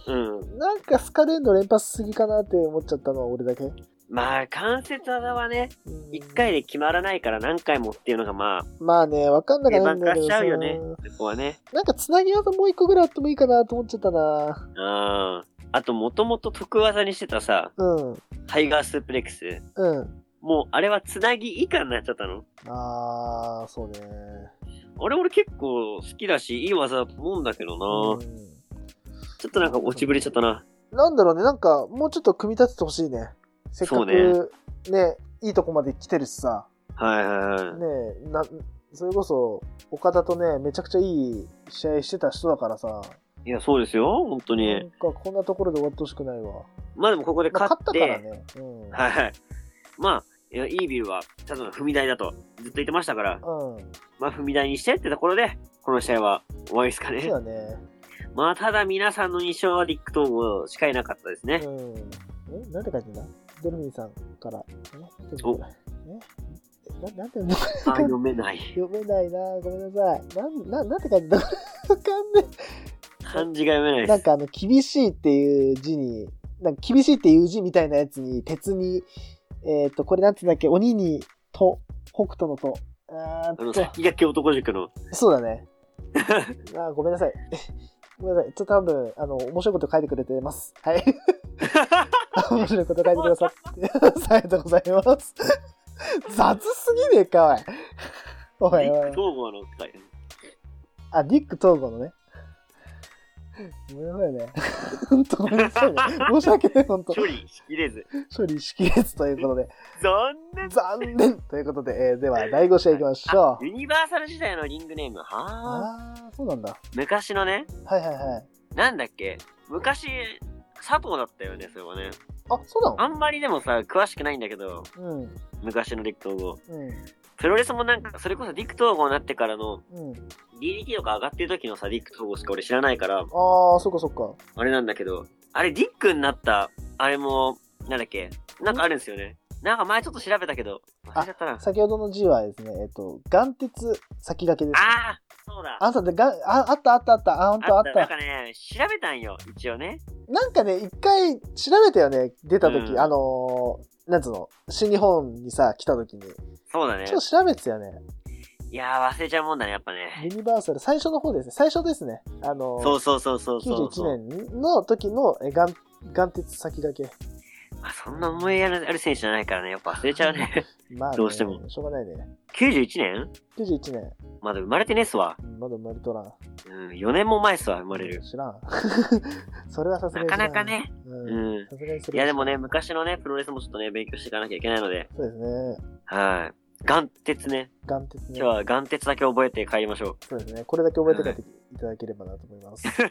Speaker 2: うん。
Speaker 1: なんかスカレンド連発しすぎかなって思っちゃったのは俺だけ。
Speaker 2: まあ、関節技はね、
Speaker 1: うん
Speaker 2: 一回で決まらないから何回もっていうのがまあ、
Speaker 1: まあね、わかんなく
Speaker 2: 定
Speaker 1: ない
Speaker 2: 番
Speaker 1: ん
Speaker 2: 化
Speaker 1: だけ
Speaker 2: し
Speaker 1: ど
Speaker 2: ち
Speaker 1: さ
Speaker 2: ゃうよね。そこはね。
Speaker 1: なんかつなぎ技もう一個ぐらいあってもいいかなと思っちゃったな。
Speaker 2: うん。あと、もともと得技にしてたさ、
Speaker 1: うん、
Speaker 2: タイガースープレックス。
Speaker 1: うん。
Speaker 2: もう、あれはつなぎ以下になっちゃったの。
Speaker 1: あー、そうね。
Speaker 2: あれ俺結構好きだし、いい技だと思うんだけどな。
Speaker 1: うん
Speaker 2: ちょっとなんか落ちぶれちゃったな。
Speaker 1: なんだろうね、なんか、もうちょっと組み立ててほしいね。せっか
Speaker 2: そう
Speaker 1: く、ね、いいとこまで来てるしさ、
Speaker 2: はいはいはい。
Speaker 1: ねえ、な、それこそ、岡田とね、めちゃくちゃいい試合してた人だからさ、
Speaker 2: いや、そうですよ。本当に。
Speaker 1: なんかこんなところで終わってほしくないわ。
Speaker 2: まあでもここで
Speaker 1: まあ
Speaker 2: 勝
Speaker 1: 勝っ
Speaker 2: ったて、
Speaker 1: からね。うん。
Speaker 2: はいはい。まあ、いやイービルは、ただの踏み台だとずっと言ってましたから、
Speaker 1: うん。
Speaker 2: まあ踏み台にしてってところで、この試合は終わりですか
Speaker 1: そう
Speaker 2: ね。
Speaker 1: だね。
Speaker 2: まあただ皆さんの印象はディック統合しかいなかったですね。
Speaker 1: うん。え、なんて書いてんだドルフィンさんから。えなんて
Speaker 2: お
Speaker 1: 読むんだえななんて読むの
Speaker 2: あ、読めない。
Speaker 1: 読めないなごめんなさい。なん、ななんて書いてんだわかんねえ。
Speaker 2: 漢字が読め ないで
Speaker 1: なん
Speaker 2: す。
Speaker 1: かあの、厳しいっていう字に、なんか厳しいっていう字みたいなやつに、鉄に、えっ、と、これなんて言うんだっけ、鬼に、と、北斗のと。あ
Speaker 2: あ
Speaker 1: ー
Speaker 2: の、
Speaker 1: っと、
Speaker 2: 先駆け男塾の。
Speaker 1: そうだね。あーごめんなさい。 ごめんなさい。ちょっと多分、あの、面白いこと書いてくれてます。はい。面白いこと書いてくださって、 さえでございます。 雑すぎねえか、お
Speaker 2: デ
Speaker 1: い。
Speaker 2: ィ
Speaker 1: おいお
Speaker 2: ック
Speaker 1: い。
Speaker 2: 統合の回。
Speaker 1: あ、ディック統合のね。ごめんなさいね。 本当ごめんなさいね。申し訳ない、本当
Speaker 2: 処理しきれず。
Speaker 1: 処理しきれずということで、
Speaker 2: 残念
Speaker 1: 残念ということで、えーでは、第5試合いきましょう。
Speaker 2: ユニバーサル時代のリングネーム。はあ。
Speaker 1: あー、そうなんだ。
Speaker 2: 昔のね、
Speaker 1: はいはいはい。
Speaker 2: なんだっけ昔、佐藤だったよね、それはね。
Speaker 1: あ、そう
Speaker 2: あんまりでもさ、詳しくないんだけど、
Speaker 1: なのうん、
Speaker 2: 昔のディック統合。
Speaker 1: うん、
Speaker 2: プロレスもなんか、それこそディック統合になってからの、
Speaker 1: うん。
Speaker 2: DDT とか上がってる時のさ、ディック統合しか俺知らないから、
Speaker 1: あー、そっかそっか。
Speaker 2: あれなんだけど、あれディックになった、あれも、なんだっけなんかあるんですよね。なんか前ちょっと調べたけど、忘れちゃったな。
Speaker 1: 先ほどの G はですね、えっ、と、眼鉄先駆けです、ね。
Speaker 2: ああーそうだ。
Speaker 1: あんたでがああったあったあった。あ、ほんとあ
Speaker 2: あ
Speaker 1: っ
Speaker 2: った
Speaker 1: た。
Speaker 2: なんかね、調べたんよ、一応ね。
Speaker 1: うなんかね、一回調べたよね、出た時、
Speaker 2: うん
Speaker 1: あのーなんつうの、新日本にさ、来た時に。
Speaker 2: そうだね
Speaker 1: ちょっ。と調べてたよね。
Speaker 2: いやー、忘れちゃうもんだね、やっぱね。
Speaker 1: ユニバーサル、最初の方ですね。最初ですね。あのー
Speaker 2: そうそうそうそうそうそう。
Speaker 1: 91年の時の、え、眼、眼鉄先だけ。
Speaker 2: まあ、そんな思いやるある選手じゃないからね、やっぱ忘れちゃう ね。
Speaker 1: まあ、ね、
Speaker 2: どうしても。
Speaker 1: しょうがないね。
Speaker 2: 91年
Speaker 1: 91年、
Speaker 2: まだ生まれてねえっすわ。
Speaker 1: うんまだ生まれとらん。
Speaker 2: うん、4年も前っすわ、生まれる。
Speaker 1: 知らん。 それはさすが
Speaker 2: な
Speaker 1: に知
Speaker 2: から
Speaker 1: ん
Speaker 2: なか。ね。
Speaker 1: う。
Speaker 2: うんん。
Speaker 1: さすがにそ
Speaker 2: い
Speaker 1: れ
Speaker 2: や
Speaker 1: は
Speaker 2: でもね、昔のね、プロレスもちょっとね、勉強していかなきゃいけないので、
Speaker 1: そうですね。
Speaker 2: はい。眼鉄ね。
Speaker 1: 眼鉄
Speaker 2: 今
Speaker 1: ね
Speaker 2: 日。は眼鉄だけ覚えて帰りましょ
Speaker 1: そうですね。これだけ覚えて帰っていただければなと思います。
Speaker 2: う。